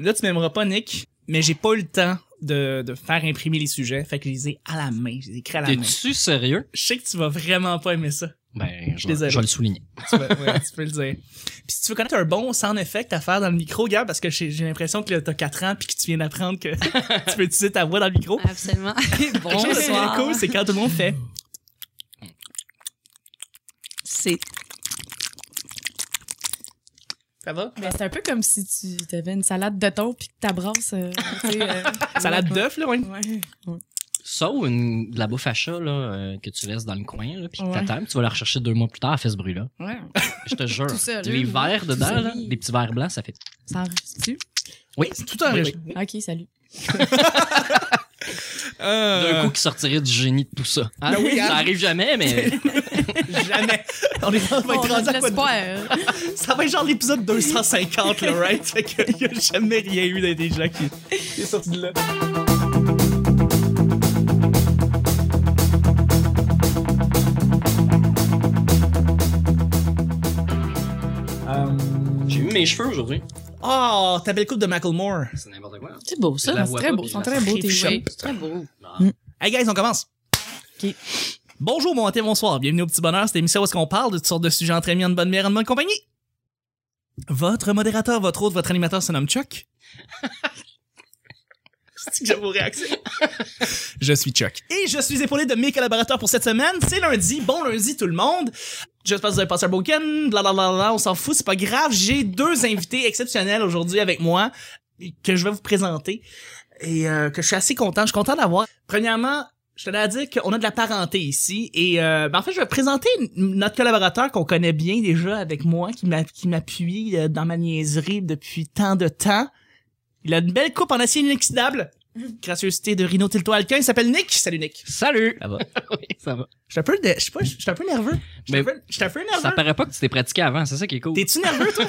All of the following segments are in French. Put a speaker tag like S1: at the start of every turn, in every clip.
S1: Là, tu m'aimeras pas, Nick, mais j'ai pas eu le temps de, de faire imprimer les sujets. Fait que je les ai à la main. Je les ai écrits à la main.
S2: T'es-tu sérieux?
S1: Je sais que tu vas vraiment pas aimer ça.
S2: Ben, je,
S1: suis
S2: vais-
S1: désolé.
S2: je vais le souligner.
S1: Tu, vas- ouais, tu peux le dire. Puis si tu veux connaître un bon sound effect à faire dans le micro, gars, parce que j'ai j'ai l'impression que là, t'as 4 ans puis que tu viens d'apprendre que tu peux utiliser ta voix dans le micro.
S3: Absolument.
S1: Quelque chose de très
S3: Bonsoir.
S1: cool, c'est quand tout le monde fait.
S3: C'est
S1: Ça va?
S4: Ben, c'est un peu comme si tu avais une salade de thon puis que ta brasse. Euh, tu sais, euh,
S1: Salade d'œuf, là, ouais.
S4: Ouais.
S2: Ça ou une, de la bouffe à chat là, euh, que tu laisses dans le coin, là, puis que
S4: Ouais.
S2: t'attends, puis tu vas la rechercher deux mois plus tard, elle fait ce bruit-là.
S4: ouais.
S2: Je te jure.
S4: seul.
S2: Les verres
S4: Tout
S2: dedans,
S4: seul.
S2: là, des petits verres blancs, ça fait...
S4: Ça enregistre-tu?
S2: Oui,
S1: C'est tout un
S2: Oui,
S1: régime.
S4: Ok, salut.
S1: Euh,
S2: d'un coup qui sortirait du génie de tout ça. Hein?
S1: Ben oui, hein?
S2: Ça arrive jamais, mais
S1: jamais. On est on va être
S4: On
S1: rendu
S4: a de
S1: à quoi de-
S4: l'espoir.
S1: Ça va être genre l'épisode 250, là, right? Fait qu'il y a jamais rien eu d'un des gens qui, qui est sorti de là.
S2: j'ai eu mes cheveux aujourd'hui.
S1: Oh, ta belle coupe de Macklemore.
S2: C'est n'importe quoi.
S3: c'est beau,
S2: Je
S3: ça.
S2: la
S4: C'est
S2: vois
S4: très
S2: pas,
S4: beau.
S2: puis je
S4: Ils sont
S2: la
S4: très beaux,
S1: sens.
S4: tes
S1: Shop.
S4: jouets.
S3: C'est très beau.
S4: Mm.
S2: Ah.
S1: Hey guys, on commence.
S4: Ok.
S1: Bonjour, bon matin, bonsoir. Bienvenue au Petit Bonheur. C'est l'émission où est-ce qu'on parle de toutes sortes de sujets entre amis, en bonne mère, en bonne compagnie. Votre modérateur, votre hôte, votre animateur se nomme Chuck. C'est-tu que j'aime vos réactions? je suis Chuck. Et je suis épaulé de mes collaborateurs pour cette semaine. C'est lundi. Bon lundi, tout le monde. J'espère que vous avez passé un beau week-end. Blablabla, on s'en fout, c'est pas grave. J'ai deux invités exceptionnels aujourd'hui avec moi que je vais vous présenter et euh, que je suis assez content. Je suis content d'avoir. Premièrement, je tenais à dire qu'on a de la parenté ici. Et euh, ben, en fait, je vais présenter n- notre collaborateur qu'on connaît bien déjà avec moi, qui m'a- qui m'appuie euh, dans ma niaiserie depuis tant de temps. Il a une belle coupe en acier inoxydable. Gracieuseté de Rino Tilto Alquin. Il s'appelle Nick. Salut Nick.
S2: Salut!
S1: Ça va?
S2: Oui, ça va.
S1: Je suis un peu, de- je sais pas, je suis un peu nerveux. Je suis un
S2: Mais
S1: peu- je suis un peu
S2: ça
S1: nerveux.
S2: paraît pas que tu t'es pratiqué avant, c'est ça qui est cool.
S1: T'es-tu nerveux, toi?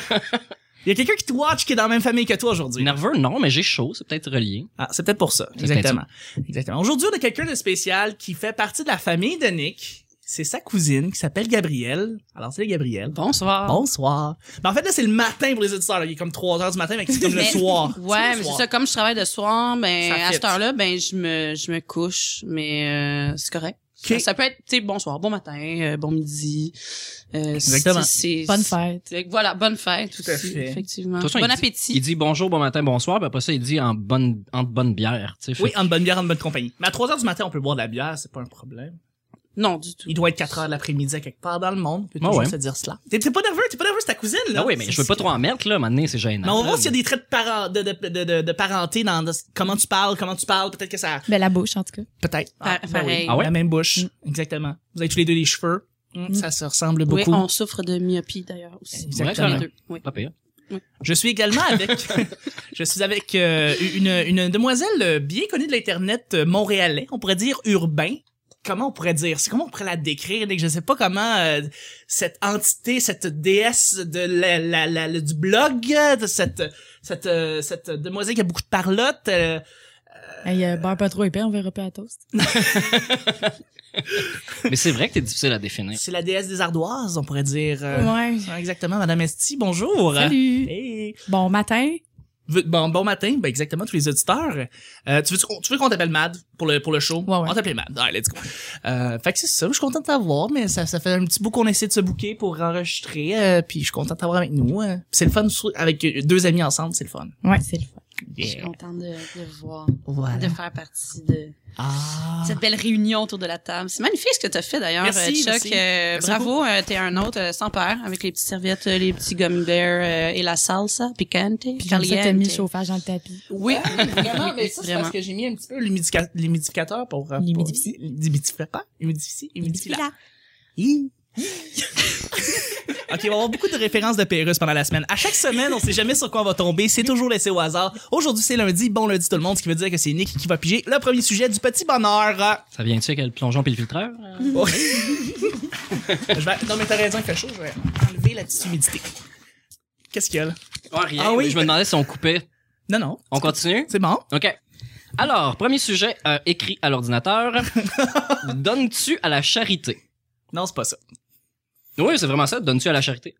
S1: Il y a quelqu'un qui te watch qui est dans la même famille que toi aujourd'hui.
S2: Nerveux, non, mais j'ai chaud, c'est peut-être relié.
S1: Ah, c'est peut-être pour ça.
S2: C'est
S1: Exactement. Exactement. Aujourd'hui, on a quelqu'un de spécial qui fait partie de la famille de Nick. C'est sa cousine qui s'appelle Gabrielle. Alors, salut Gabrielle.
S3: Bonsoir.
S1: Bonsoir. Ben, en fait, là, c'est le matin pour les éditeurs. là. Il est comme 3 heures du matin, mais c'est comme le
S3: Mais-
S1: soir.
S3: Ouais, mais c'est ça, comme je travaille le soir, ben,
S1: Ça
S3: à
S1: fit.
S3: cette heure-là, ben, je me, je me couche, mais, euh, c'est correct.
S1: Ok.
S3: Ça, ça peut être, tu sais, bonsoir, bon matin, euh, bon midi. Euh,
S1: Exactement.
S3: c'est- c'est-
S4: Bonne fête.
S3: Fait que Voilà, bonne fête
S1: Tout à
S3: aussi,
S1: fait.
S3: effectivement.
S2: De toute façon,
S3: bon
S2: il dit-
S3: appétit.
S2: Il dit bonjour, bon matin, bonsoir, puis après ça, il dit en bonne, entre bonne bière, tu sais.
S1: Oui,
S2: Fait-
S1: en bonne bière, en bonne compagnie. Mais à 3 heures du matin, on peut boire de la bière, c'est pas un problème.
S3: Non, du tout.
S1: Il doit être 4 heures de l'après-midi à quelque part dans le monde. On peut
S2: Ah
S1: toujours
S2: ouais.
S1: se dire cela. T'es t'es pas nerveux, t'es pas nerveux, c'est ta cousine, là.
S2: Ah oui, mais je veux pas trop en mettre, là, maintenant, c'est gênant.
S1: Mais on va voir s'il y a des traits de, parent- de, de, de, de- de parenté dans dans- comment tu parles, comment tu parles, peut-être que ça...
S4: Ben, la bouche, en tout cas.
S1: Peut-être.
S3: Pa-
S1: ben
S3: pareil.
S1: oui.
S2: Ah ouais?
S1: La même bouche. Exactement. Vous avez tous les deux les cheveux.
S4: Mm.
S1: Ça se ressemble
S3: Oui,
S1: beaucoup.
S3: on souffre de myopie, d'ailleurs, aussi.
S1: Exactement.
S3: Les deux, oui.
S2: Pas pire.
S1: Je suis également avec, je suis avec euh, une, une demoiselle euh, bien connue de l'internet euh, montréalais. On pourrait dire urbain. Comment on pourrait dire C'est comment on pourrait la décrire Nick? Je sais pas comment euh, cette entité, cette déesse de la, la, la- le- du blog, de cette cette euh, cette demoiselle qui a beaucoup de parlotte. euh,
S4: Hey, euh, beurre pas trop épais, on verra pas à toast.
S2: Mais c'est vrai que t'es difficile à définir.
S1: c'est la déesse des ardoises, on pourrait dire. euh.
S4: Ouais.
S1: Exactement, Madame Esti. Bonjour.
S4: Salut.
S1: Hey.
S4: Bon matin.
S1: Veux- Bon, bon matin, ben exactement, tous les auditeurs. Euh, tu veux, tu veux qu'on t'appelle Mad pour le, pour le show?
S4: Ouais, ouais.
S1: On t'appelle Mad. Allez, let's go. Euh, fait que c'est ça, je suis content de t'avoir, mais ça, ça fait un petit bout qu'on essaie de se bouquer pour enregistrer, euh, puis je suis content de t'avoir avec nous. euh. C'est le fun, sou- avec euh, deux amis ensemble, c'est le fun.
S4: Ouais, c'est le fun.
S3: Je suis
S1: Yeah.
S3: contente de, de voir,
S1: Voilà.
S3: de faire partie de
S1: Ah.
S3: cette belle réunion autour de la table. C'est magnifique ce que tu as fait d'ailleurs,
S1: Merci,
S3: euh, Chuck.
S1: merci.
S3: Euh,
S1: Merci
S3: bravo, euh, t'es un autre euh, sans père avec les petites serviettes, euh, les petits gummy bears euh, et la salsa picante.
S4: Puis j'aime ça que t'as mis le chauffage dans le tapis.
S3: Oui,
S1: Vraiment, mais ça, c'est
S3: Vraiment.
S1: parce que j'ai mis un petit peu l'humidica- l'humidificateur pour... euh,
S4: L'humidifici.
S1: pour- L'humidificateur? Humidifici? Humidificateur.
S4: là.
S1: Hi. OK, on va avoir beaucoup de références de Pérus pendant la semaine. À chaque semaine, on sait jamais sur quoi on va tomber. C'est toujours laissé au hasard. Aujourd'hui, c'est lundi. Bon lundi tout le monde, ce qui veut dire que c'est Nick qui va piger le premier sujet du petit bonheur.
S2: Ça vient-tu avec le plongeon puis le filtreur?
S1: Oh. Je vais- Non, mais t'as raison, il fait chaud. Je vais enlever la petite humidité. Qu'est-ce qu'il y a là?
S2: Ah, rien.
S1: Ah oui.
S2: mais Je me demandais si on coupait.
S1: Non, non.
S2: On continue?
S1: C'est bon.
S2: OK. Alors, premier sujet, euh, écrit à l'ordinateur. Donnes-tu à la charité?
S1: Non, c'est pas ça.
S2: Oui, c'est vraiment ça. Donnes-tu à la charité?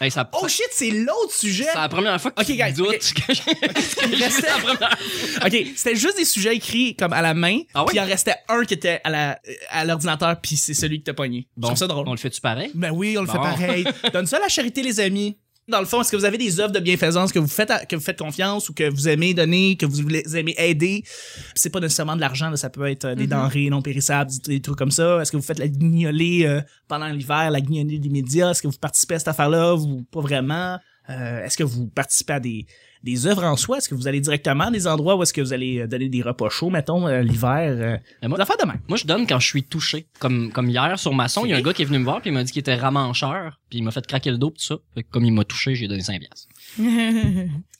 S2: Hey, ça,
S1: Oh shit, c'est l'autre sujet.
S2: c'est la première fois que
S1: Ok,
S2: tu
S1: guys,
S2: doutes
S1: ok.
S2: que j'ai- que j'ai
S1: Restait-
S2: la première-
S1: OK, c'était juste des sujets écrits comme à la main,
S2: Ah ouais?
S1: puis il en restait un qui était à la à l'ordinateur, puis c'est celui que t'as pogné. Je
S2: Bon,
S1: trouve ça drôle.
S2: on le fait-tu pareil?
S1: Ben oui, on le fait
S2: Bon.
S1: pareil. Donne ça à la charité, les amis. Dans le fond, est-ce que vous avez des œuvres de bienfaisance que vous faites à- que vous faites confiance ou que vous aimez donner, que vous voulez- aimez aider Puis C'est pas nécessairement de l'argent, là, ça peut être euh, des
S4: Mhm.
S1: denrées non périssables, des, des trucs comme ça. Est-ce que vous faites la guignolée euh, pendant l'hiver, la guignolée des médias Est-ce que vous participez à cette affaire-là ou pas vraiment Euh, Est-ce que vous participez à des des œuvres en soi Est-ce que vous allez directement à des endroits où est-ce que vous allez euh, donner des repas chauds, mettons euh, l'hiver euh,
S2: Mais moi-
S1: Des affaires de même.
S2: Moi, je donne quand je suis touché. Comme, comme hier, sur Maçon, il y a un gars qui est venu me voir, puis il m'a dit qu'il était ramancheur, puis il m'a fait craquer le dos, pis tout ça. Fait que comme il m'a touché, j'ai donné 5 piastres.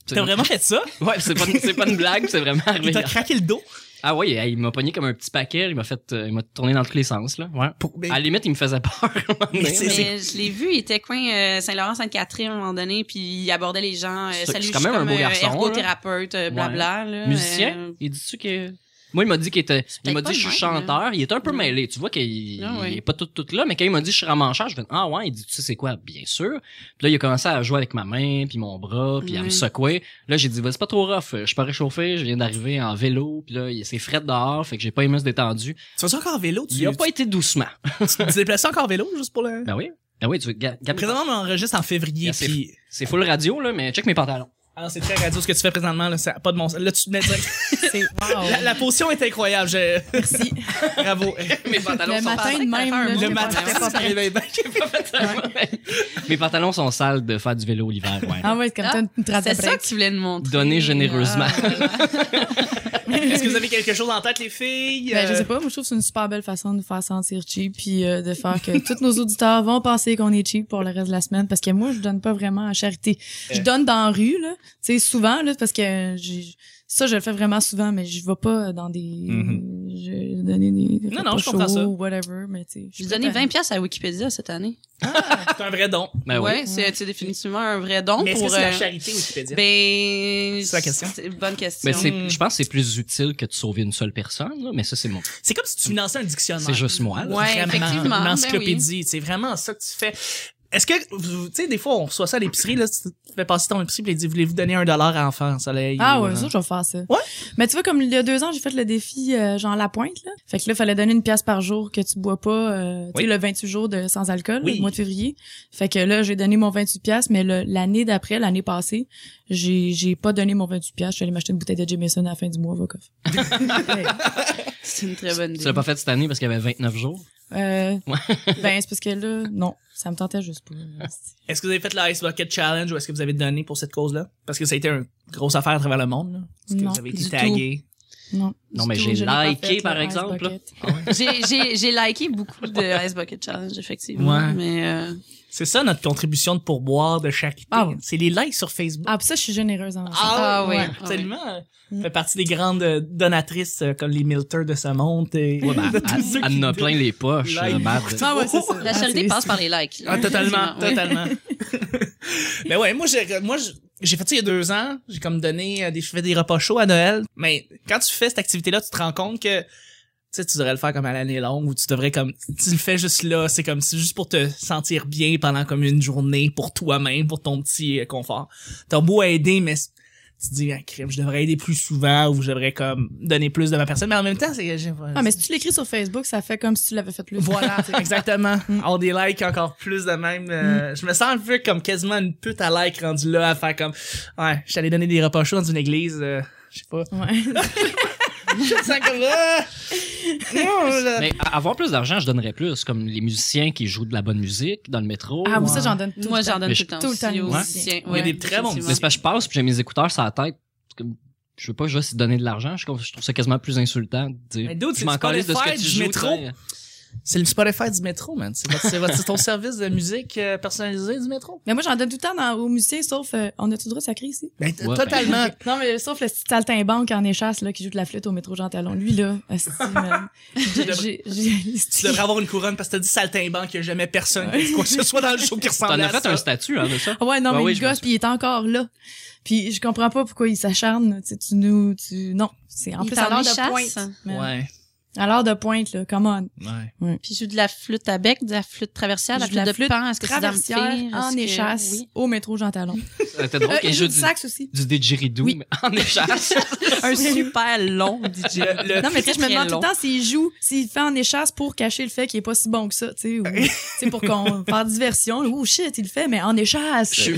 S2: C'est-
S1: T'as vraiment fait ça
S2: Ouais, c'est pas, c'est pas une blague, c'est vraiment
S1: Il
S2: arrivé.
S1: t'a craqué le dos
S2: Ah ouais, il m'a pogné comme un petit paquet, il m'a fait, euh, il m'a tourné dans tous les sens, là. Ouais.
S1: Pour- mais-
S2: À la limite, il me faisait peur. à un moment donné,
S1: Mais c'est-
S2: là.
S1: c'est-
S3: Mais je l'ai vu, il était coin euh, Saint-Laurent-Sainte-Catherine à un moment donné, puis il abordait les gens. euh,
S2: C'est-
S3: salut,
S2: c'est
S3: je
S2: quand
S3: suis
S2: même un
S3: comme,
S2: beau
S3: euh,
S2: garçon, là.
S3: Ergothérapeute, euh, blabla. là,
S2: Musicien?
S3: euh,
S2: Il dit-tu que. Moi, il m'a dit qu'il était. Il
S3: peut-être
S2: m'a
S3: pas
S2: dit je suis
S3: le même,
S2: chanteur. Il est un peu
S3: Mm.
S2: mêlé. Tu vois qu'il
S3: Ah ouais.
S2: il est pas tout, tout là, mais quand il m'a dit je suis ramancheur, je fais Ah ouais, il dit tu sais c'est quoi? Bien sûr. Puis là, il a commencé à jouer avec ma main, puis mon bras, puis à me
S3: Ouais.
S2: secouer. Là, j'ai dit Vas-y, c'est pas trop rough, je suis pas réchauffé, je viens d'arriver en vélo, puis là, il c'est frais dehors, fait que j'ai pas aimé se détendu.
S1: Tu fais ça encore en vélo tu,
S2: Il a
S1: tu-
S2: pas été doucement.
S1: tu te déplaces encore en vélo juste pour le.
S2: Ben oui. Ben oui, tu veux. Gab- Gab-
S1: Présentement, on enregistre en février,
S2: Bien, c'est-
S1: puis.
S2: C'est full radio, là, mais check mes pantalons.
S1: Ah, c'est très radio ce que tu fais présentement, là. Ça a pas de mon sens. Là, tu te mets direct-
S4: C'est wow.
S1: la, la potion est incroyable. je-
S4: Merci.
S1: Bravo.
S2: mes pantalons
S4: Le
S2: sont
S4: matin
S3: pensait
S4: de
S3: que t'allais
S4: même.
S3: faire un
S4: là,
S3: beau
S1: Le
S4: j'étais
S1: matin,
S4: pas
S1: ça se
S4: prête.
S1: réveille bien.
S2: Mes pantalons sont sales de faire du vélo l'hiver, ouais.
S4: Ah ouais, c'est comme
S3: Ah,
S4: t'as une trace de
S3: C'est ça
S4: break.
S3: que tu voulais nous montrer.
S2: Donner généreusement.
S3: Ah, voilà.
S1: Est-ce que vous avez quelque chose en tête, les filles?
S4: Ben, je
S1: Euh,
S4: sais pas, moi je trouve que c'est une super belle façon de nous faire sentir cheap puis euh, de faire que tous nos auditeurs vont penser qu'on est cheap pour le reste de la semaine parce que moi je donne pas vraiment à charité. Je
S1: Euh.
S4: donne dans la rue là, tu sais souvent là parce que euh, j'ai- ça je le fais vraiment souvent mais je vais pas dans des
S1: Mhm.
S4: je vais donner des
S1: Non,
S4: repas
S1: non, je comprends
S4: chauds
S1: ça.
S4: ou whatever mais tu sais
S3: J'ai
S4: suis
S3: donné
S4: pas
S3: 20 pièces à Wikipédia cette année.
S1: C'est un vrai don.
S2: Ben oui.
S3: ouais, c'est c'est définitivement un vrai don
S1: Mais est-ce que
S3: pour
S1: c'est la
S3: euh,
S1: charité Wikipédia?
S3: ben
S1: C'est la question.
S3: c'est une bonne question.
S2: Mais Ben, c'est, je pense que c'est plus utile que de sauver une seule personne, là, mais ça, c'est mon.
S1: C'est comme si tu finançais un dictionnaire.
S2: C'est juste moi, là.
S3: Ouais,
S1: Vraiment,
S3: effectivement,
S1: Une
S3: ben
S1: encyclopédie. C'est vraiment ça que tu fais. Est-ce que, vous- tu sais, des fois, on reçoit ça à l'épicerie, là, tu tu fais passer ton épicerie, puis il dit, voulez-vous donner un dollar à enfant, soleil?
S4: Ah
S1: Ou,
S4: ouais,
S1: euh,
S4: ça, je vais faire ça.
S1: Ouais.
S4: Mais tu vois, comme il y a deux ans, j'ai fait le défi euh, genre la pointe, là. Fait que là, fallait donner une pièce par jour que tu bois pas, euh, tu
S1: Oui.
S4: sais, le 28 jours de sans alcool,
S1: Oui.
S4: le mois de février. Fait que là, j'ai donné mon 28 pièces, mais le- l'année d'après, l'année passée, j'ai j'ai pas donné mon 28 pièces. Je suis allée m'acheter une bouteille de Jameson à la fin du mois, Vokov.
S3: C'est une très bonne idée.
S2: Tu l'as pas fait cette année parce qu'il y avait 29 jours.
S4: euh,
S2: Ouais.
S4: ben, c'est parce que là, non, ça me tentait juste pas.
S1: Est-ce que vous avez fait le Ice Bucket Challenge ou est-ce que vous avez donné pour cette cause-là? Parce que ça a été une grosse affaire à travers le monde. là. Est-ce que
S4: Non,
S1: vous avez
S3: du
S1: été
S3: tout.
S1: tagué?
S4: Non.
S2: Non,
S4: du
S2: mais
S4: tout,
S2: j'ai
S4: je l'ai pas
S2: liké,
S4: fait, le
S2: par
S4: Ice
S2: exemple, là.
S4: Bucket.
S3: J'ai j'ai j'ai liké beaucoup de Ice Bucket Challenge effectivement,
S1: Ouais.
S3: mais euh,
S1: C'est ça notre contribution de pourboire, de charité.
S4: Ah ouais.
S1: C'est les likes sur Facebook.
S4: Ah, pis ça, je suis généreuse en
S3: Ah ouais, ah ouais.
S1: Absolument.
S4: Mm.
S1: fait partie des grandes euh, donatrices euh, comme les Milter de ce monde. Et...
S2: Ouais, ben,
S1: de tous ceux
S2: elle- elle
S1: qui-
S2: en a plein les poches,
S1: Like.
S2: euh, Bad.
S4: Ah ouais, c'est ça.
S3: la
S4: Ah,
S3: charité
S4: c'est-
S3: passe par les likes. là.
S1: Ah, totalement,
S3: Effectivement, oui.
S1: totalement. mais ouais, moi, j'ai, moi, j'ai- j'ai fait ça il y a deux ans. J'ai comme donné euh, des, je fais des repas chauds à Noël. Mais quand tu fais cette activité-là, tu te rends compte que, tu sais, tu devrais le faire comme à l'année longue ou tu devrais comme, tu le fais juste là. C'est comme, c'est juste pour te sentir bien pendant comme une journée pour toi-même, pour ton petit euh, confort. T'as beau aider, mais c- tu te dis, ah, crime, je devrais aider plus souvent ou je devrais comme donner plus de ma personne. Mais en même temps, c'est, j'ai-
S4: Ah, mais si tu l'écris sur Facebook, ça fait comme si tu l'avais fait plus.
S1: voilà, exactement. Avoir des likes encore plus de même. euh, Je me sens un peu comme quasiment une pute à like rendue là à faire comme Ouais, je suis allé donner des repas chauds dans une église. euh, je sais pas.
S4: Ouais.
S1: Je me sens comme Ah! Non, là.
S2: Mais à- avoir plus d'argent, je donnerais plus, comme les musiciens qui jouent de la bonne musique dans le métro.
S4: Ah,
S2: ouais.
S4: moi, ça, j'en donne tout.
S3: Moi
S4: le temps.
S3: j'en donne
S2: Mais
S3: tout
S2: je-
S3: le temps.
S4: tout le
S3: aussi
S4: temps.
S3: aux
S4: Ouais.
S3: musiciens,
S4: Il y a
S3: ouais,
S1: des très bons
S3: effectivement.
S2: Mais c'est parce que je passe puis j'ai mes écouteurs sur la tête. C'est comme, Je veux pas juste donner de l'argent. Je trouve je trouve ça quasiment plus insultant de dire.
S1: Mais d'autres,
S2: je
S1: c'est
S2: m'en
S1: du
S2: calisse de ce que
S1: Spotify,
S2: tu
S1: du
S2: joues.
S1: métro.
S2: t'sais.
S1: C'est le Spotify du métro, man. C'est votre- c'est votre- c'est ton service de musique euh, personnalisé du métro.
S4: Mais moi, j'en donne tout le temps dans, aux musiciens, sauf, euh, on a tout droit de sacrer ici.
S1: Ben,
S2: Ouais,
S1: totalement.
S4: Non, mais sauf le petit saltimbanque en échasse, là, qui joue de la flûte au métro Jean Talon. Lui, là, asti, man. J'ai- j'ai- j'ai-
S1: Tu devrais avoir une couronne parce que t'as dit saltimbanque, qu'il y a jamais personne, qui a dit quoi que ce soit dans le show qui ressemble
S2: T'en
S1: à
S2: as fait
S1: ça.
S2: un statut, hein, de ça.
S4: Ah Ouais, non,
S2: Ah
S4: mais
S2: oui,
S4: le
S2: je m'en
S4: gosse, puis il est encore là. Puis je comprends pas pourquoi il s'acharne. Tu, sais, tu nous, tu, non. C'est en
S3: Il
S4: plus
S3: t'en
S4: à l'heure de
S3: échasse?
S4: pointe. man.
S1: Ouais.
S4: À l'heure de pointe, là, come on.
S1: Ouais.
S3: Puis je joue de la flûte à bec, de la flûte traversière, de la
S4: Je joue de
S3: flûte
S4: la
S3: de,
S4: flûte
S3: pan. Est-ce que c'est dame
S4: Traversière, en échasse, au métro Jean Talon.
S2: C'était
S4: Euh,
S2: drôle
S4: et
S2: qu'elle
S4: joue
S2: joue
S4: du
S2: du,
S4: sax aussi.
S2: du didgeridoo
S4: Oui.
S2: mais en échasse.
S3: Un super long DJ.
S1: Le- le-
S4: Non, mais tu sais, je me
S3: très
S4: demande tout
S3: long.
S4: le temps s'il joue, s'il fait en échasse pour cacher le fait qu'il est pas si bon que ça, tu sais, ou, tu sais, pour qu'on, faire diversion. Oh shit, il le fait, mais en échasse.
S2: Je suis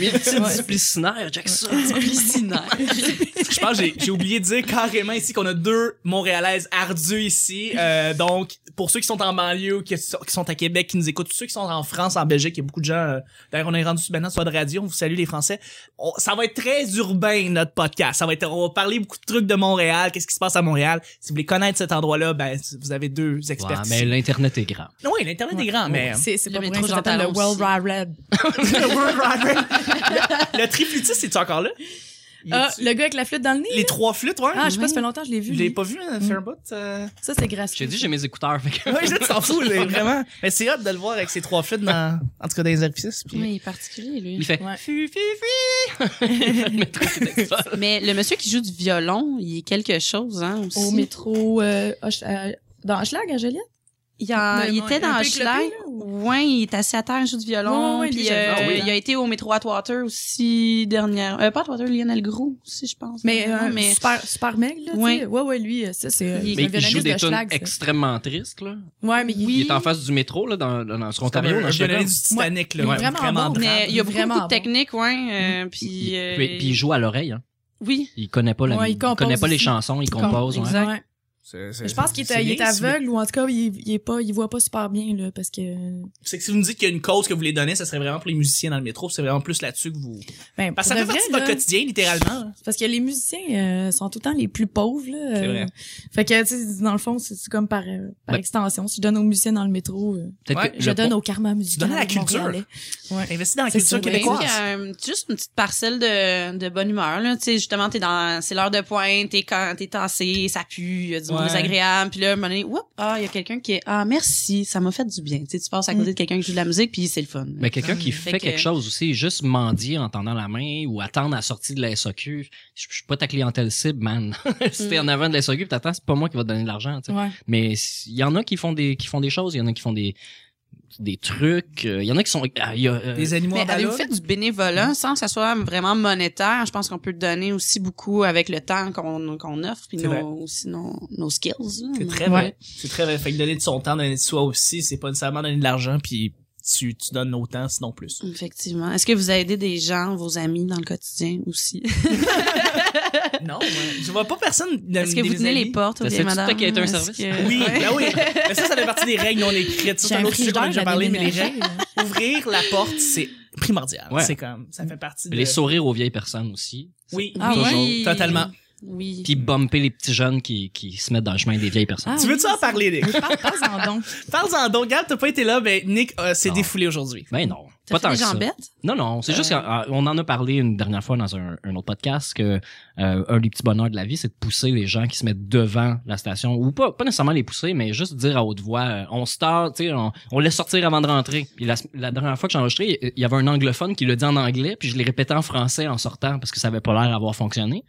S2: multidisciplinaire, Jackson. Multidisciplinaire.
S1: Je pense que j'ai- j'ai oublié de dire carrément ici qu'on a deux Montréalaises ardues ici. Euh, donc, pour ceux qui sont en banlieue, ou qui, so- qui sont à Québec, qui nous écoutent, ceux qui sont en France, en Belgique, il y a beaucoup de gens. euh, D'ailleurs, on est rendu maintenant sur de radio. On vous salue les Français. On- ça va être très urbain notre podcast. Ça va être, on va parler beaucoup de trucs de Montréal. Qu'est-ce qui se passe à Montréal Si vous voulez connaître cet endroit-là, ben vous avez deux experts.
S2: Ouais,
S1: ici.
S2: mais l'Internet est grand.
S1: Non, oui, l'internet est grand, mais
S4: C'est, c'est
S3: Le
S4: pas pour
S3: métro
S4: rien que ça s'appelle le
S3: Jean Talon
S4: World Wide Web.
S1: le World Wide Web. le, le triplutis, c'est tu encore là Il
S4: Ah,
S1: est-tu-
S4: le gars avec la flûte dans le nez?
S1: Les trois flûtes, ouais.
S4: Ah, je sais pas, ça fait longtemps que je l'ai vu.
S1: je l'ai
S4: lui.
S1: pas vu, hein, faire un bout. euh.
S4: Ça, c'est
S2: Je t'ai
S4: gratuit.
S2: dit, j'ai mes écouteurs. fait que-
S1: Ouais, je t'en fous, là, vraiment. Mais c'est hot de le voir avec ses trois flûtes dans, en tout cas, dans les orifices. Puis...
S3: Mais il est particulier, lui.
S2: Il fait
S4: Ouais.
S2: Fu, fu, fu. Le métro qui décolle.
S3: Mais le monsieur qui joue du violon, il est quelque chose, hein, aussi.
S4: Au métro, euh, Hoch- euh, dans Schlag, à Joliette?
S3: Il, en- Ah, il
S4: Mais
S3: était
S4: un
S3: dans
S4: peu éclopé,
S3: Schlag.
S4: là, ou-
S3: Ouais, il est assis à terre, il joue du violon.
S4: Ouais, ouais, lui,
S3: puis
S4: j'avais-
S3: euh,
S2: Ah oui.
S3: il a été au métro Atwater aussi dernière. Euh, pas Atwater, Lionel Gros aussi, je pense.
S4: Mais,
S3: Non,
S4: euh, super, super mec, là,
S3: Ouais.
S4: tu sais. Ouais, ouais, lui, euh, ça, c'est, euh,
S3: Il-
S4: un
S2: Mais il
S4: violoniste
S2: joue des
S4: de
S2: tunes
S4: Schlag, ça.
S2: extrêmement tristes, là.
S4: Ouais, mais il-
S3: Oui.
S2: Il est en face du métro, là, dans, dans, dans sur
S1: C'est comme
S2: Ontario,
S1: un-
S2: dans
S1: un violoniste
S2: Chicago.
S1: du Titanic, là.
S4: Ouais. Vraiment bon,
S3: Mais il y a beaucoup,
S4: Vraiment
S3: beaucoup de
S4: bon.
S3: techniques, ouais. euh, puis,
S2: Il-
S3: euh,
S2: puis- puis il joue à l'oreille, hein.
S3: oui.
S2: Il connaît pas la
S4: Ouais, il
S2: musique, il connaît
S4: compose
S2: pas les
S4: aussi.
S2: chansons, il
S4: Com-
S2: compose, ouais.
S4: exact. Ouais.
S1: Euh,
S4: Je pense qu'il est, il est aveugle ou en tout cas il, il est pas il voit pas super bien là parce que
S1: C'est que si vous me dites qu'il y a une cause que vous voulez donner, ça serait vraiment pour les musiciens dans le métro. C'est vraiment plus là-dessus que vous.
S4: ben,
S1: Parce que ça
S4: pour
S1: fait
S4: de vrai,
S1: partie de votre
S4: là,
S1: quotidien, littéralement.
S4: Parce que les musiciens euh, sont tout le temps les plus pauvres. Là,
S1: C'est
S4: Euh,
S1: vrai.
S4: Fait que, tu sais, dans le fond, c'est c'est comme par, euh, par
S2: Ben-
S4: extension. Si je donne aux musiciens dans le métro, euh,
S2: Peut-être
S1: Ouais,
S2: que
S4: je
S2: le
S4: donne
S2: pont-
S4: au karma musical.
S1: donnes à la culture.
S4: montréalais.
S1: Investis dans la
S4: C'est
S1: culture
S4: ça, ouais.
S3: Il y
S1: québécoise.
S3: a euh, juste une petite parcelle de, de bonne humeur là, tu sais justement t'es dans c'est l'heure de pointe, t'es quand t'es tassé, ça pue, il y a du
S1: Ouais.
S3: monde désagréable, puis là à un moment donné, oups, ah il y a quelqu'un qui est ah merci, ça m'a fait du bien, tu sais tu passes à côté
S4: Mm.
S3: de quelqu'un qui joue de la musique puis c'est le fun.
S2: Mais quelqu'un
S4: Ah,
S2: qui
S3: Fait
S2: fait
S3: que-
S2: quelque chose aussi, juste mendier en tendant la main ou attendre à la sortie de la SOQ. Je je suis pas ta clientèle cible, man. si
S4: Mm.
S2: t'es en avant de la SOQ, pis t'attends, c'est pas moi qui va te donner de l'argent, tu sais.
S4: Ouais.
S2: Mais s- il y en a qui font des, qui font des choses, il y en a qui font des, des trucs, euh, il y en a qui sont, ah, il y a, euh,
S1: Des animaux en
S3: Mais avez-vous
S1: ballon.
S3: fait du bénévolat sans que ça soit vraiment monétaire? Je pense qu'on peut donner aussi beaucoup avec le temps qu'on qu'on offre puis
S1: C'est vrai.
S3: nos, aussi nos, nos skills. là.
S1: C'est très
S4: Ouais.
S1: vrai. C'est très vrai. Fait que donner de son temps, donner de soi aussi, c'est pas nécessairement donner de l'argent, puis tu, tu donnes autant, sinon plus.
S3: Effectivement. Est-ce que vous aidez des gens, vos amis dans le quotidien aussi?
S1: non, ouais. je vois pas personne. de-
S3: Est-ce que
S1: des
S3: vous tenez les
S1: amis.
S3: portes ou
S2: Ça,
S3: bien
S2: c'est-tu
S3: madame?
S2: toi qui as été un
S3: Est-ce
S2: service?
S3: que-
S1: Oui,
S3: Ouais.
S1: ben oui. Mais ça, ça fait partie des règles non écrites. Ça,
S4: J'ai
S1: C'est un
S4: un
S1: autre sujet qu'on a
S4: frigidaire
S1: déjà
S4: à
S1: parlé, mais les règles,
S4: déménager, là.
S1: ouvrir la porte, c'est primordial.
S2: Ouais.
S1: C'est comme, ça fait partie de...
S2: les sourires aux vieilles personnes aussi.
S1: Oui,
S4: Ah
S2: Toujours.
S3: oui.
S1: totalement.
S3: Oui.
S2: Puis bumper les petits jeunes qui, qui se mettent dans le chemin des vieilles personnes.
S4: Ah
S1: Tu veux-tu
S4: oui,
S1: en parler, Nick?
S4: c'est- Parle- Parle-en donc.
S1: Parle-en donc. Regarde, t'as pas été là, mais Nick euh, s'est
S2: Non.
S1: défoulé aujourd'hui.
S2: Ben non,
S3: T'as
S2: pas
S3: fait
S2: tant
S3: des
S2: que ça.
S3: jambettes?
S2: Non, non, c'est juste
S1: Euh.
S2: qu'on en a parlé une dernière fois dans un, un autre podcast que euh, un des petits bonheurs de la vie, c'est de pousser les gens qui se mettent devant la station ou pas, pas nécessairement les pousser, mais juste dire à haute voix, euh, on se tarde, tu sais, on, on laisse sortir avant de rentrer. Puis la, la dernière fois que j'ai enregistré, il y avait un anglophone qui le dit en anglais, puis je l'ai répété en français en sortant parce que ça avait pas l'air d'avoir fonctionné.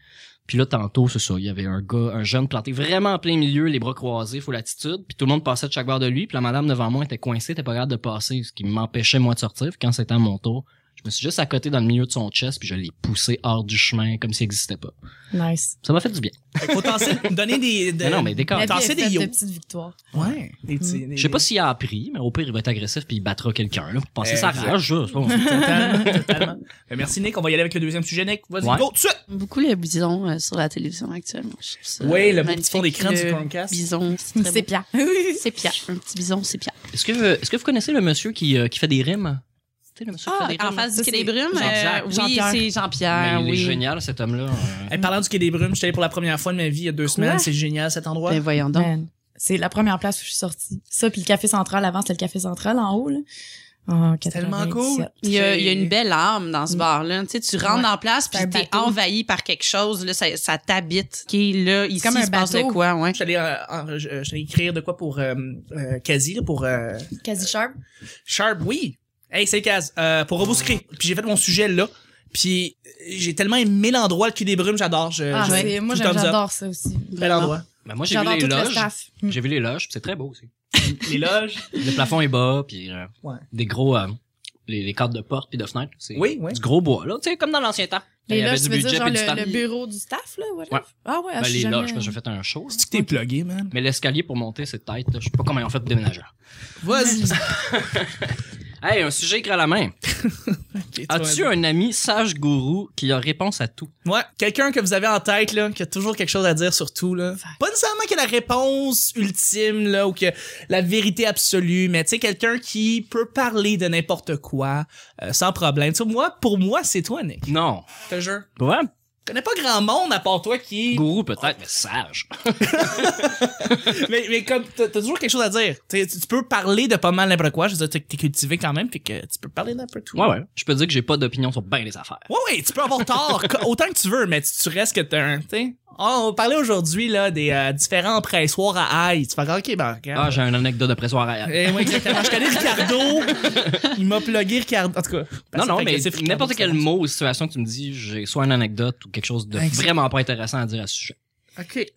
S2: Puis là, tantôt, c'est ça, il y avait un gars, un jeune planté vraiment en plein milieu, les bras croisés, full attitude, puis tout le monde passait de chaque barre de lui, puis la madame devant moi était coincée, était pas capable de passer, ce qui m'empêchait moi de sortir. Puis quand c'était à mon tour, je me suis juste accoté dans le milieu de son chest, puis je l'ai poussé hors du chemin comme s'il n'existait pas.
S4: Nice.
S2: Ça m'a fait du bien.
S1: Faut tasser, donner des... de-
S2: Mais non, mais des
S4: La
S2: cas.
S4: vie est
S1: Tasser des
S4: faite de
S1: yo.
S4: petites victoires.
S1: Ouais. Des petits- des-
S2: Je sais pas s'il a appris, mais au pire, il va être agressif puis il battra quelqu'un, là, pour passer sa
S1: Exact.
S2: rage, là. c'est pas-
S1: Totalement, totalement. Ben, merci, Nick. On va y aller avec le deuxième sujet, Nick. Vas-y,
S2: Ouais.
S1: go, tout de suite!
S3: Beaucoup le bison euh, sur la télévision actuellement. Je trouve ça
S1: Ouais, le beau
S3: magnifique. euh,
S1: petit fond d'écran
S3: Le
S1: du Chromecast.
S3: Bison, c'est très
S4: C'est
S3: beau.
S4: plat.
S3: C'est pia. Un petit bison, c'est pia.
S2: Est-ce que, est-ce que vous connaissez le monsieur qui, euh, qui fait des rimes? Tu sais, le monsieur qui fait des rimes?
S3: Ah, en face du
S4: Ça,
S3: Quai des
S4: c'est
S3: Brumes.
S2: Jean-Pierre.
S3: euh, oui,
S4: Jean-Pierre.
S3: c'est
S4: Ah,
S3: Jean-Pierre.
S2: Mais il
S3: oui.
S2: est génial, cet homme-là. euh.
S1: Hey, parlant du Quai des Brumes, j'étais allé pour la première fois de ma vie il y a deux semaines. C'est génial, cet endroit.
S3: Ben voyons donc.
S4: Man, c'est la première place où je suis sortie. Ça puis le café central avant c'était le café central en haut là. En
S1: C'est tellement
S4: 97.
S1: cool.
S3: Il y, a, il y a une
S1: belle
S3: belle âme dans ce bar-là. Tu sais, tu rentres
S4: Mm. Ouais.
S3: en place puis
S4: C'est un
S3: t'es
S4: bateau.
S3: envahi par quelque chose. Là, ça, ça t'habite. Qui là, ici,
S4: comme un
S3: il se passe de
S4: bateau.
S3: quoi, ouais.
S1: J'allais euh, en- euh, j'allais écrire de quoi pour euh, euh, Kazi, là, pour euh,
S4: Quasi sharp.
S1: Sharp, oui. Hey, c'est Kaz, euh, pour Robuscré. Puis j'ai fait mon sujet là. Puis euh, j'ai tellement aimé l'endroit, le cul des brumes, j'adore. Je,
S4: Ah,
S1: je-
S4: c'est- moi
S1: tout thumbs up.
S4: j'adore ça aussi.
S1: Bel endroit.
S2: Ben, moi, j'ai vu
S4: J'adore
S2: les
S4: tout le
S2: loges.
S4: staff.
S2: J'ai vu les loges, puis c'est très beau aussi.
S1: Les loges.
S2: Le plafond est bas, puis euh,
S1: Ouais.
S2: des gros... euh, les, les cadres de porte puis de fenêtres. c'est
S1: Oui, oui.
S2: Du gros bois, là. Tu sais, comme dans l'ancien temps. Il y
S4: Les
S2: avait
S4: loges,
S2: du
S4: tu veux dire
S2: budget
S4: genre
S2: puis du temps.
S4: le, le bureau du staff, là? whatever?
S2: Ouais.
S4: Ah ouais, ah,
S2: Ben,
S4: je
S2: les
S4: suis jamais...
S2: loges, parce que j'ai fait un show. là.
S1: C'est que t'es plugué, man.
S2: Mais l'escalier pour monter, c'est tête. Je sais pas comment ils ont fait de déménageur.
S1: Vas-y.
S2: Hey, un sujet écrit à la main. As-tu un ami sage gourou qui a réponse à tout?
S1: Ouais, quelqu'un que vous avez en tête là, qui a toujours quelque chose à dire sur tout là.
S4: Exact.
S1: Pas nécessairement qui a la réponse ultime là ou que la vérité absolue, mais tu sais quelqu'un qui peut parler de n'importe quoi euh, sans problème. Tu sais, moi, pour moi, c'est toi Nick.
S2: Non.
S1: Je te jure.
S2: Ouais?
S1: Je connais pas grand monde à part toi qui
S2: Gourou peut-être, mais sage.
S1: mais, mais comme t'as t'as toujours quelque chose à dire. Tu sais, tu tu peux parler de pas mal n'importe quoi, je veux dire t'es t'es cultivé quand même, fait que tu peux parler d'un peu tout.
S2: Ouais, ouais. Je peux dire que j'ai pas d'opinion sur bien les affaires.
S1: Ouais, ouais, tu peux avoir tort co- autant que tu veux, mais tu, tu restes que t'es un, tu sais. Oh, on parlait aujourd'hui, là, des euh, différents pressoirs à ail. Tu fais, OK, ben,
S2: Ah,
S1: regarde.
S2: j'ai une anecdote de pressoir à
S1: Eh, ouais, exactement. Je connais Ricardo. Il m'a plugué Ricardo. En tout cas.
S2: Non, non, mais
S1: passif agressif,
S2: n'importe
S1: Ricardo,
S2: quel
S1: c'est
S2: mot ou situation que tu me dis, j'ai soit une anecdote ou quelque chose de
S1: Exact.
S2: vraiment pas intéressant à dire à ce sujet.
S1: bon. OK.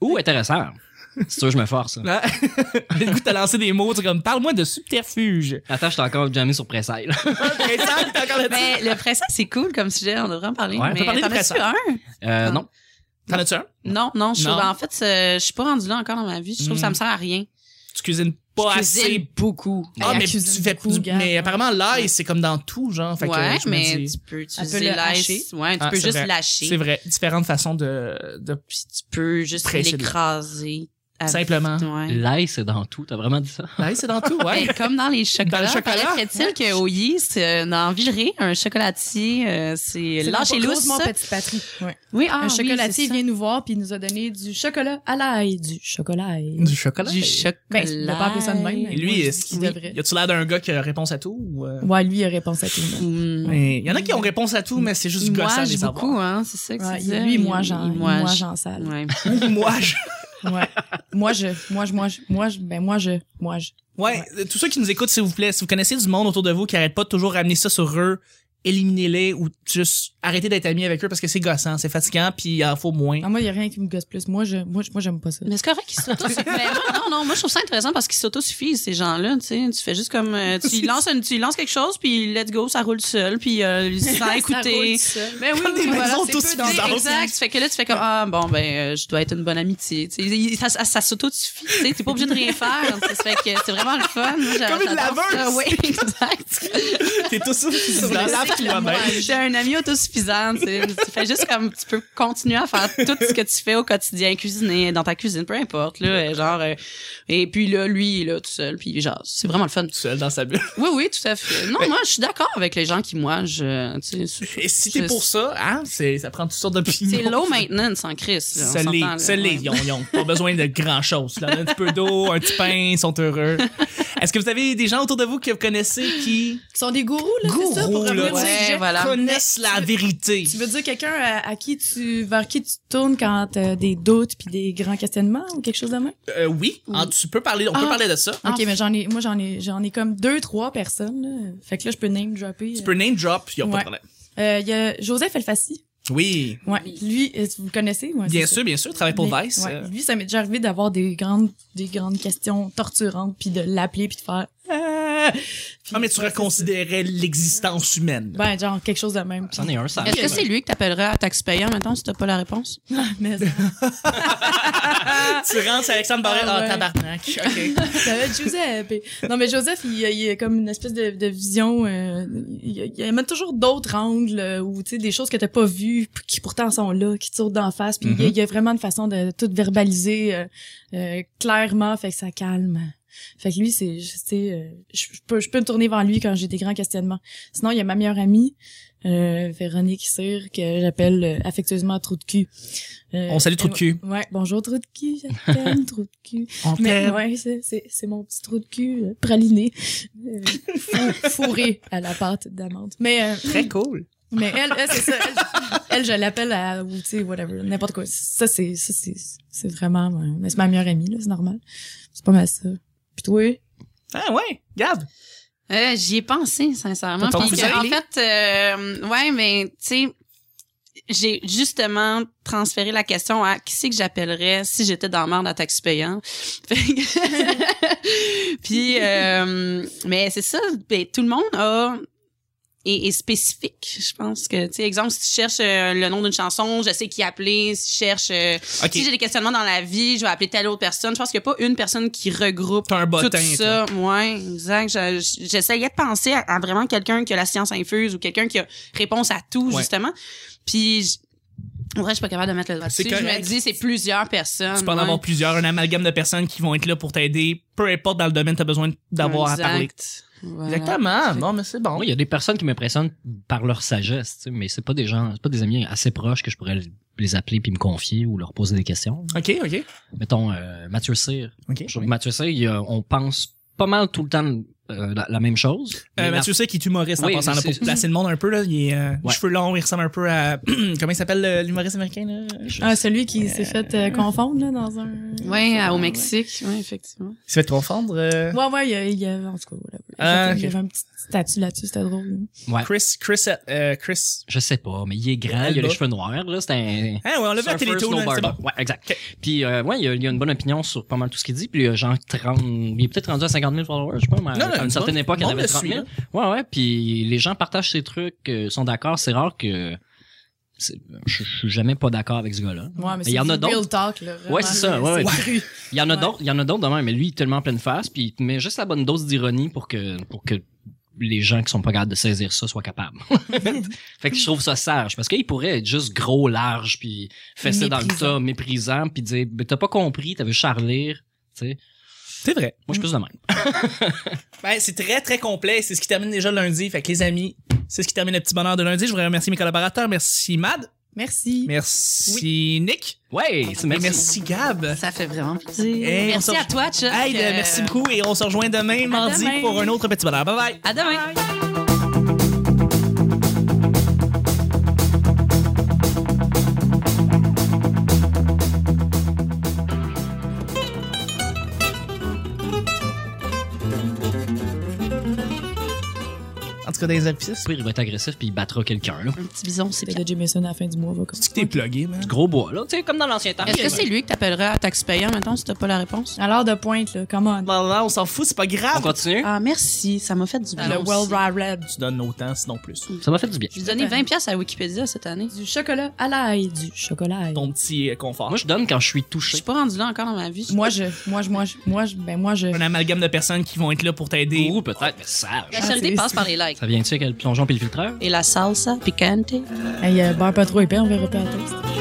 S2: Ou intéressant. C'est sûr, je me force.
S1: Là, le goût de te lancer des mots, tu es comme, parle-moi de subterfuge.
S2: Attends, je t'ai encore jamais Euh, sur Pressail.
S1: OK, ça, t'es encore là-dessus.
S3: Mais Ben, le pressant, c'est cool comme sujet, on devrait en parler.
S2: Ouais, on
S1: peut
S3: mais
S1: parler du
S3: t'en as-tu
S1: pressant.
S3: un? Ah,
S2: Euh, non.
S1: T'en as-tu un?
S3: Non, non, je
S1: Non. Mm.
S3: trouve, en fait, euh, je suis pas rendue là encore dans ma vie. Je trouve que ça me sert à rien.
S1: Tu cuisines pas
S3: Je cuisine
S1: assez.
S3: beaucoup.
S1: Ah,
S4: Elle
S1: mais tu
S4: cuisine
S1: fais
S4: beaucoup,
S1: du-
S4: gars.
S1: Mais apparemment, l'ail, c'est comme dans tout, genre. Fait que,
S3: ouais,
S1: je me
S3: mais
S1: dis-
S3: tu peux
S4: peut le
S3: utiliser
S4: hacher.
S3: l'ice. Ouais, tu
S1: Ah,
S3: peux
S1: c'est
S3: juste
S1: vrai.
S3: lâcher.
S1: C'est vrai. Différentes façons de, de
S3: Puis tu peux juste
S1: Presser de-
S3: l'écraser. avec-
S1: Simplement.
S3: Ouais.
S2: L'ail, c'est dans tout. T'as vraiment dit ça?
S1: L'ail, c'est dans tout, ouais.
S3: Et comme dans les chocolats.
S1: Dans les chocolats,
S3: Paraîtrait-il
S1: ouais.
S3: qu'au yeast, euh, dans Villeray, un chocolatier, euh, c'est
S4: C'est
S3: lâche et
S4: mon-
S3: lousse.
S4: mon
S3: ça.
S4: petit patrie. Ouais.
S3: Oui, ah,
S4: un
S3: oui, c'est
S4: chocolatier
S3: ça.
S4: vient nous voir puis il nous a donné du chocolat à l'ail. Du chocolat à l'ail.
S1: Du chocolat.
S3: Du chocolat.
S4: Ben, on va pas appeler ça de même,
S1: Et
S4: mais-
S1: lui,
S4: Moi,
S1: est-ce
S4: je
S1: qu'il
S4: dis de vrai.
S1: Y a-tu l'air d'un gars qui a réponse à tout? Ou euh?
S4: Ouais, lui, il a réponse à tout. là.
S3: Hmm.
S1: Mais Il y en a qui ont réponse à tout, mais c'est juste
S3: Il
S1: gossant de
S3: moige
S1: les
S3: beaucoup,
S1: savoir.
S3: hein, c'est ça que
S4: Ouais,
S3: tu
S4: il-
S3: disais.
S4: lui,
S3: Il-
S4: moi, j'en,
S3: il
S4: il-
S3: moige.
S4: moi, j'en sale.
S3: Ouais.
S1: Ou moi, je...
S4: Ouais. Moi, je, moi, je, moi, je, moi, je, ben, moi, je, moi, je.
S1: Ouais, euh, tous ceux qui nous écoutent, s'il vous plaît, si vous connaissez du monde autour de vous qui arrête pas de toujours ramener ça sur eux, éliminez-les ou juste arrêtez d'être amis avec eux parce que c'est gossant, c'est fatigant, puis il en faut moins.
S4: Ah, moi, il y a rien qui me gosse plus. Moi, je, moi, je- moi, j'aime pas ça.
S3: Mais c'est correct qu'ils s'autosuffisent. non, non, moi, je trouve ça intéressant parce qu'ils s'autosuffisent, ces gens-là. Tu sais, tu fais juste comme, euh, tu y lances, une, tu y lances quelque chose, puis let's go, ça roule seul, puis euh, sans écouter. Mais oui,
S1: Comme des
S3: oui, voilà,
S1: maisons
S3: c'est
S1: tous
S3: peu dans-
S1: bizarres.
S3: Exact. Fait que là, tu fais comme, ah, bon, ben, euh, je dois être une bonne amitié. Tu sais, il- ça, ça, ça s'auto-suffit. Tu sais, t'es pas obligé de rien faire. Ça fait que c'est vraiment le fun. Moi, j'a-
S1: Comme une
S3: j'adore ça.
S1: laveuse.
S3: Oui, exact.
S1: T'es tout ça, tu
S3: Sur le
S1: lave
S3: cycle,
S1: toi-même.
S3: moi, J'ai un ami autosuffisant. Tu sais. Tu fais juste comme tu peux continuer à faire tout ce que tu fais au quotidien, cuisiner dans ta cuisine, peu importe. Là, euh, genre, euh, et puis là, lui, il est là tout seul, puis genre, c'est vraiment le fun.
S1: Tout seul dans sa bulle.
S3: Oui, oui, tout à fait. Non, moi, je suis d'accord avec les gens qui, moi, je. tu sais, c'est-
S1: Et si t'es
S3: Je-
S1: pour ça, hein, c'est, ça prend toutes sortes
S3: C'est
S1: d'opinions.
S3: low maintenance en Chris. là, on
S1: Ça l'est,
S3: s'entend, là,
S1: ça
S3: ouais.
S1: l'est, ils ont, ils ont pas besoin de grand chose. Là, un petit peu d'eau, un petit pain, ils sont heureux. Est-ce que vous avez des gens autour de vous que vous connaissez qui
S4: Qui sont des gourous, là, c'est ça, pour
S1: gourous,
S4: revenir
S1: là,
S4: sur le
S3: ouais.
S4: sujet?
S3: voilà.
S1: connaissent la vérité?
S4: Tu veux dire quelqu'un euh, à, à qui tu, vers qui tu tournes quand t'as des doutes puis des grands questionnements ou quelque chose de même?
S1: Euh, oui, en- tu peux parler, on peut
S4: Ah.
S1: parler de ça.
S4: Ok, mais j'en ai, moi, j'en ai, j'en ai comme deux, trois personnes, là. Fait que là, je peux name dropper.
S1: Tu peux name drop, y a pas de
S4: Ouais.
S1: problème.
S4: Euh, il y a Joseph Elfassi.
S1: Oui,
S4: Ouais. Lui, euh, vous le connaissez? Ouais,
S1: bien
S4: c'est
S1: sûr, bien sûr, travaille pour
S4: Mais-
S1: Vice.
S4: ouais.
S1: euh,
S4: Lui, ça m'est déjà arrivé d'avoir des grandes, des grandes questions torturantes, puis de l'appeler, puis de faire. Ah, Puis-
S1: Ah, mais tu reconsidérais l'existence humaine.
S4: Ben, genre, quelque chose de même.
S2: C'en est un sage.
S3: Est-ce que c'est lui que t'appellerais à taxe payant maintenant si t'as pas la réponse?
S4: Mais
S1: tu rentres, c'est Alexandre Barrette.
S4: Ah,
S1: Ah,
S4: ouais.
S1: tabarnak. OK.
S4: ça va être Joseph. Non, mais Joseph, il, a- il a comme une espèce de, de vision. euh, il, a- il a même toujours d'autres angles euh, ou tu sais des choses que t'as pas vues p- qui pourtant sont là, qui te sautent d'en face. Puis il
S1: Mm-hmm.
S4: y a- il y a vraiment une façon de tout verbaliser euh, euh, clairement, fait que ça calme. Fait que lui, c'est, je sais, euh, je je peux, je peux me tourner vers lui quand j'ai des grands questionnements. Sinon, il y a ma meilleure amie, euh, Véronique Cyr, que j'appelle euh, affectueusement Trou de cul. Euh,
S1: On salue Trou de cul.
S4: Ouais, bonjour Trou de cul, je t'aime, Trou de cul.
S1: On
S4: Mais
S1: t'aime.
S4: ouais, c'est- c'est c'est mon petit trou de cul euh, praliné, euh, fou- fourré à la pâte d'amande. Mais euh,
S1: Très cool.
S4: mais elle, elle, c'est ça. Elle, je- elle, je l'appelle à ou tu sais whatever, n'importe quoi. Ça c'est ça c'est c'est vraiment euh, mais c'est ma meilleure amie là, c'est normal. C'est pas mal ça. Puis toi,
S1: Ah ouais, regarde.
S3: Euh, J'y ai pensé, sincèrement.
S1: T'as ton
S3: Puis que,
S1: cousin,
S3: en
S1: Lily?
S3: fait, euh, ouais, mais tu sais, j'ai justement transféré la question à qui c'est que j'appellerais si j'étais dans le monde à taxi payant. Fait que- Puis, euh, mais c'est ça, ben, tout le monde a est, est spécifique, je pense que, tu sais, exemple, si tu cherches euh, le nom d'une chanson, je sais qui appeler, si je cherche, euh,
S1: Ok.
S3: si j'ai des questionnements dans la vie, je vais appeler telle autre personne. Je pense qu'il n'y a pas une personne qui regroupe
S1: T'as un bottin.
S3: tout
S1: toi.
S3: ça, ouais, exact. Je- je- J'essayais de penser à, à vraiment quelqu'un qui a la science infuse ou quelqu'un qui a réponse à tout,
S1: Ouais.
S3: justement. Puis, je, en vrai, je suis pas capable de mettre le doigt
S1: C'est
S3: dessus. Je me
S1: correct.
S3: dis, c'est plusieurs
S2: Ah,
S3: personnes.
S1: Tu peux en
S3: ouais.
S1: avoir plusieurs, un amalgame de personnes qui vont être là pour t'aider, peu importe dans le domaine t'as besoin d'avoir à
S3: Exact.
S1: parler.
S3: Voilà.
S1: Exactement. Non, mais c'est bon.
S2: Moi, il y a des personnes qui m'impressionnent par leur sagesse, tu sais, mais c'est pas des gens, c'est pas des amis assez proches que je pourrais les appeler puis me confier ou leur poser des questions.
S1: OK, OK.
S2: Mettons euh, Mathieu Cyr.
S1: OK.
S2: Je trouve que Mathieu Cyr, il, euh, on pense pas mal tout le temps euh, la, la même chose.
S1: Euh,
S2: Mais la-
S1: Mathieu Cyr qui est humoriste en
S2: Oui,
S1: passant là,
S2: c'est-
S1: pour placer le monde un peu là, il est euh,
S2: Ouais.
S1: cheveux longs, il ressemble un peu à comment il s'appelle le- l'humoriste américain là
S4: Ah, celui qui s'est fait euh, confondre là, dans un...
S3: Ouais, à- au Mexique, ouais, effectivement.
S1: Il s'est fait confondre euh,
S4: Ouais, ouais, il y a- il y avait, en tout cas, whatever.
S1: Ah,
S4: Il y
S1: ok.
S4: avait un petit statut là-dessus, c'était drôle.
S2: Ouais.
S1: Chris Chris euh, Chris
S2: Je sais pas, mais il est grand, il a les cheveux noirs, là, c'est un...
S1: Ah ouais, on l'a vu à
S2: Surfer,
S1: Télétoon, là, c'est
S2: snowboarder.
S1: bon.
S2: Ouais, exact.
S1: Ok.
S2: Puis, euh, ouais, il y a, il y a une bonne opinion sur pas mal tout ce qu'il dit. Puis, euh, genre, 30, il est peut-être rendu à 50 000 followers, je sais pas, mais
S1: Non, non,
S2: à une
S1: le
S2: certaine
S1: monde-
S2: époque, il
S1: le
S2: en
S1: monde
S2: avait
S1: le
S2: 30
S1: suit,
S2: 000. Ouais, ouais. Puis, les gens partagent ces trucs, euh, sont d'accord. C'est rare que c'est- je je suis jamais pas d'accord avec ce gars-là.
S4: Ouais, mais
S2: il y en a
S4: du real
S2: d'autres.
S4: talk, là.
S2: Ouais, c'est ça, ouais, ouais.
S4: cru.
S2: Il y en a
S4: Ouais.
S2: d'autres, il y en a d'autres de même, mais lui, il est tellement en pleine face, puis il te met juste la bonne dose d'ironie pour que, pour que les gens qui sont pas capables de saisir ça soient capables. fait que je trouve ça sage, parce qu'il pourrait être juste gros, large, puis fessé dans le
S4: Méprisant.
S2: tas, méprisant, puis dire, mais t'as pas compris, t'avais juste à relire. tu sais.
S1: C'est vrai.
S2: Moi, je suis
S4: Mm.
S2: plus de même.
S1: Ben, c'est très, très complet. C'est ce qui termine déjà le lundi. Fait que les amis, c'est ce qui termine le petit bonheur de lundi. Je voudrais remercier mes collaborateurs. Merci Mad.
S4: Merci.
S1: Merci Nick.
S4: Ah,
S2: Ouais, c'est
S1: Et merci Gab.
S3: Ça fait vraiment plaisir.
S1: Euh. Hey, on
S3: merci
S1: sort-
S3: à toi, Chuck.
S1: Hey,
S3: Euh,
S1: euh, merci beaucoup et on se rejoint demain, mardi,
S4: demain.
S1: pour un autre petit bonheur. Bye bye.
S3: À demain.
S1: En tout cas, des artistes.
S2: Au pire, il va être agressif, puis il battra quelqu'un, là.
S3: Un petit bison, c'est
S4: C'est
S3: bien.
S4: de Jameson à la fin du mois, va comme
S1: Tu t'es plugué, man.
S2: Gros bois, là, tu sais, comme dans l'ancien temps.
S3: Est-ce que c'est lui que t'appellerais à taxe payant maintenant si t'as pas la réponse?
S4: À l'heure de pointe, là, come on.
S1: Non, non, on s'en fout, c'est pas
S2: On
S1: grave.
S2: continue?
S3: Ah, merci. Ça m'a fait du bien.
S4: Le
S3: aussi.
S4: World Wide Red.
S1: Tu donnes autant, sinon plus.
S2: Ça m'a fait du bien.
S3: Je lui ai donné 20 pièces à Wikipédia cette année.
S4: Du chocolat à l'ail. Du chocolat à l'ail.
S1: Ton petit euh, confort.
S2: Moi, je donne quand je suis
S3: Je suis
S2: touché.
S3: pas rendu là encore dans ma vie.
S4: Moi, je, moi, je, moi, je, moi, je, ben, moi, je.
S1: un amalgame de personnes qui vont être là pour t'aider.
S2: Gourou, peut-être, mais sage.
S3: La
S4: Ah,
S3: charité
S4: c'est-
S3: passe par les likes.
S2: Ça vient-tu avec le plongeon puis le filtreur?
S3: Et la salsa picante.
S4: Hey, euh, beurre pas trop épais, on verra pas la toast.